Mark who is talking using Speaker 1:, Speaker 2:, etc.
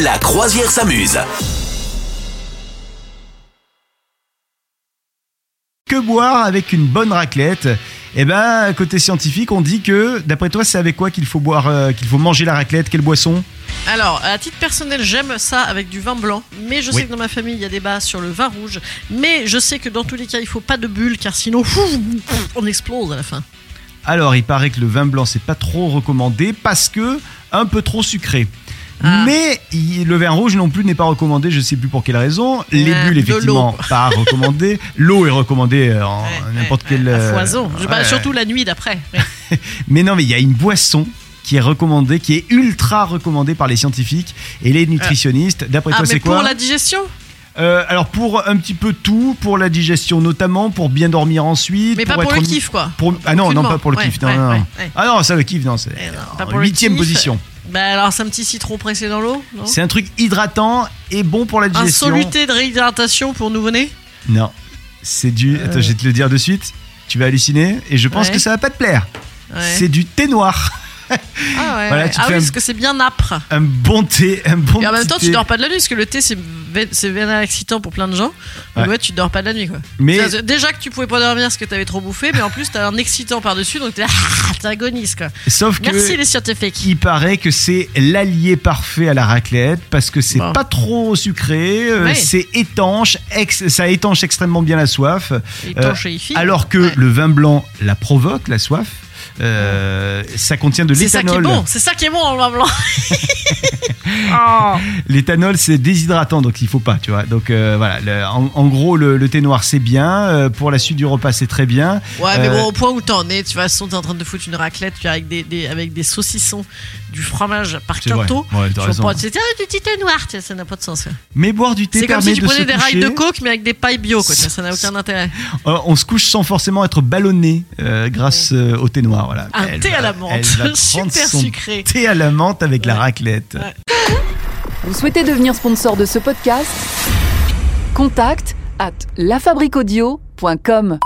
Speaker 1: La croisière s'amuse.
Speaker 2: Que boire avec une bonne raclette Eh ben, côté scientifique, on dit que, d'après toi, c'est avec quoi qu'il faut boire, euh, qu'il faut manger la raclette Quelle boisson
Speaker 3: Alors, à titre personnel, j'aime ça avec du vin blanc, mais je sais
Speaker 2: Oui.
Speaker 3: que dans ma famille, il y a des bas sur le vin rouge. Mais je sais que dans tous les cas, il faut pas de bulles, car sinon, fou, on explose à la fin.
Speaker 2: Alors, il paraît que le vin blanc, c'est pas trop recommandé parce que un peu trop sucré.
Speaker 3: Ah.
Speaker 2: Mais il- le vin rouge non plus n'est pas recommandé, je sais plus pour quelle raison. Les
Speaker 3: Ouais,
Speaker 2: bulles,
Speaker 3: Euh, de
Speaker 2: effectivement, pas recommandées. L'eau est recommandée euh, en
Speaker 3: Ouais,
Speaker 2: n'importe
Speaker 3: ouais,
Speaker 2: quel.
Speaker 3: ouais,
Speaker 2: euh,
Speaker 3: à foison. Je- bah,
Speaker 2: ouais.
Speaker 3: surtout la nuit d'après.
Speaker 2: Mais non, mais il y a une boisson qui est recommandée, qui est ultra recommandée par les scientifiques et les nutritionnistes. D'après
Speaker 3: Euh, ah,
Speaker 2: toi,
Speaker 3: mais
Speaker 2: c'est
Speaker 3: pour
Speaker 2: quoi
Speaker 3: la digestion
Speaker 2: Euh, alors pour un petit peu tout, pour la digestion notamment, pour bien dormir ensuite.
Speaker 3: Mais pas
Speaker 2: être
Speaker 3: pour le
Speaker 2: mi-
Speaker 3: kiff, quoi.
Speaker 2: pour- Ah non, non,
Speaker 3: Aucunement.
Speaker 2: pas pour le
Speaker 3: Ouais,
Speaker 2: kiff. Non,
Speaker 3: ouais,
Speaker 2: non, non.
Speaker 3: ouais, ouais.
Speaker 2: Ah non, ça le kiff, non. C'est
Speaker 3: Eh non,
Speaker 2: alors,
Speaker 3: pas pour le
Speaker 2: huitième
Speaker 3: kiff.
Speaker 2: position.
Speaker 3: Bah alors, c'est un petit citron pressé dans l'eau non
Speaker 2: C'est un truc hydratant et bon pour la
Speaker 3: Un
Speaker 2: digestion.
Speaker 3: soluté de réhydratation pour nouveau-né
Speaker 2: Non, c'est du. Attends, je vais te le dire de suite. Tu vas halluciner et je pense
Speaker 3: Euh. Ouais.
Speaker 2: que ça va pas te plaire.
Speaker 3: Ouais.
Speaker 2: C'est du thé noir,
Speaker 3: Ah, ouais,
Speaker 2: Voilà,
Speaker 3: ouais.
Speaker 2: tu te
Speaker 3: ah
Speaker 2: fais
Speaker 3: oui,
Speaker 2: un-
Speaker 3: parce que c'est bien âpre.
Speaker 2: un bon thé, un bon.
Speaker 3: Et en même
Speaker 2: petit
Speaker 3: temps,
Speaker 2: thé.
Speaker 3: tu dors pas de la nuit, parce que le thé, c'est vé- c'est vénal excitant pour plein de gens. Mais
Speaker 2: Ouais.
Speaker 3: ouais. tu dors pas de la nuit, quoi.
Speaker 2: Mais
Speaker 3: C'est-à-dire, Déjà que tu pouvais pas dormir parce que t'avais trop bouffé, mais en plus, t'as un excitant par-dessus, donc t'es ah, t'agonises, quoi.
Speaker 2: sauf que.
Speaker 3: Merci les scientifiques.
Speaker 2: Il paraît que c'est l'allié parfait à la raclette parce que c'est
Speaker 3: Bon.
Speaker 2: pas trop sucré, euh,
Speaker 3: Ouais.
Speaker 2: c'est étanche, ex- ça étanche extrèmement bien la soif,
Speaker 3: Et
Speaker 2: Euh,
Speaker 3: ton chéifi.
Speaker 2: alors que
Speaker 3: Ouais.
Speaker 2: le vin blanc la provoque, la soif. Euh, ça contient de
Speaker 3: C'est ça qui est
Speaker 2: l'éthanol.
Speaker 3: bon, c'est ça qui est bon en vin blanc.
Speaker 2: L'éthanol, c'est déshydratant, donc il faut pas, tu vois. Donc euh, voilà, le- en, en gros, le, le thé noir, c'est bien. euh, pour la suite du repas, c'est très bien.
Speaker 3: Ouais, mais
Speaker 2: Euh,
Speaker 3: bon, au point où t'en es, tu vas t'es en train de foutre une raclette puis avec des, des- avec des saucissons, du fromage par
Speaker 2: C'est vrai.
Speaker 3: quinto.
Speaker 2: Ouais, t'as
Speaker 3: Tu vas
Speaker 2: raison.
Speaker 3: prendre- c'est ah, du petit thé noir, tiens, ça n'a pas de sens. quoi.
Speaker 2: Mais boire du thé
Speaker 3: C'est comme
Speaker 2: permet
Speaker 3: si tu
Speaker 2: de
Speaker 3: prenais
Speaker 2: se
Speaker 3: des rails
Speaker 2: toucher.
Speaker 3: de coke mais avec des pailles bio, quoi, tiens, ça n'a aucun intérêt.
Speaker 2: Euh, on se couche sans forcément être ballonné euh, grâce euh, au thé noir. Voilà.
Speaker 3: Un
Speaker 2: Elle
Speaker 3: thé
Speaker 2: va-
Speaker 3: à la
Speaker 2: elle
Speaker 3: menthe,
Speaker 2: va prendre
Speaker 3: super
Speaker 2: son
Speaker 3: sucré.
Speaker 2: thé à la menthe avec la
Speaker 3: Ouais.
Speaker 2: raclette.
Speaker 3: Ouais.
Speaker 4: Vous souhaitez devenir sponsor de ce podcast Contact à lafabriquaudio.com.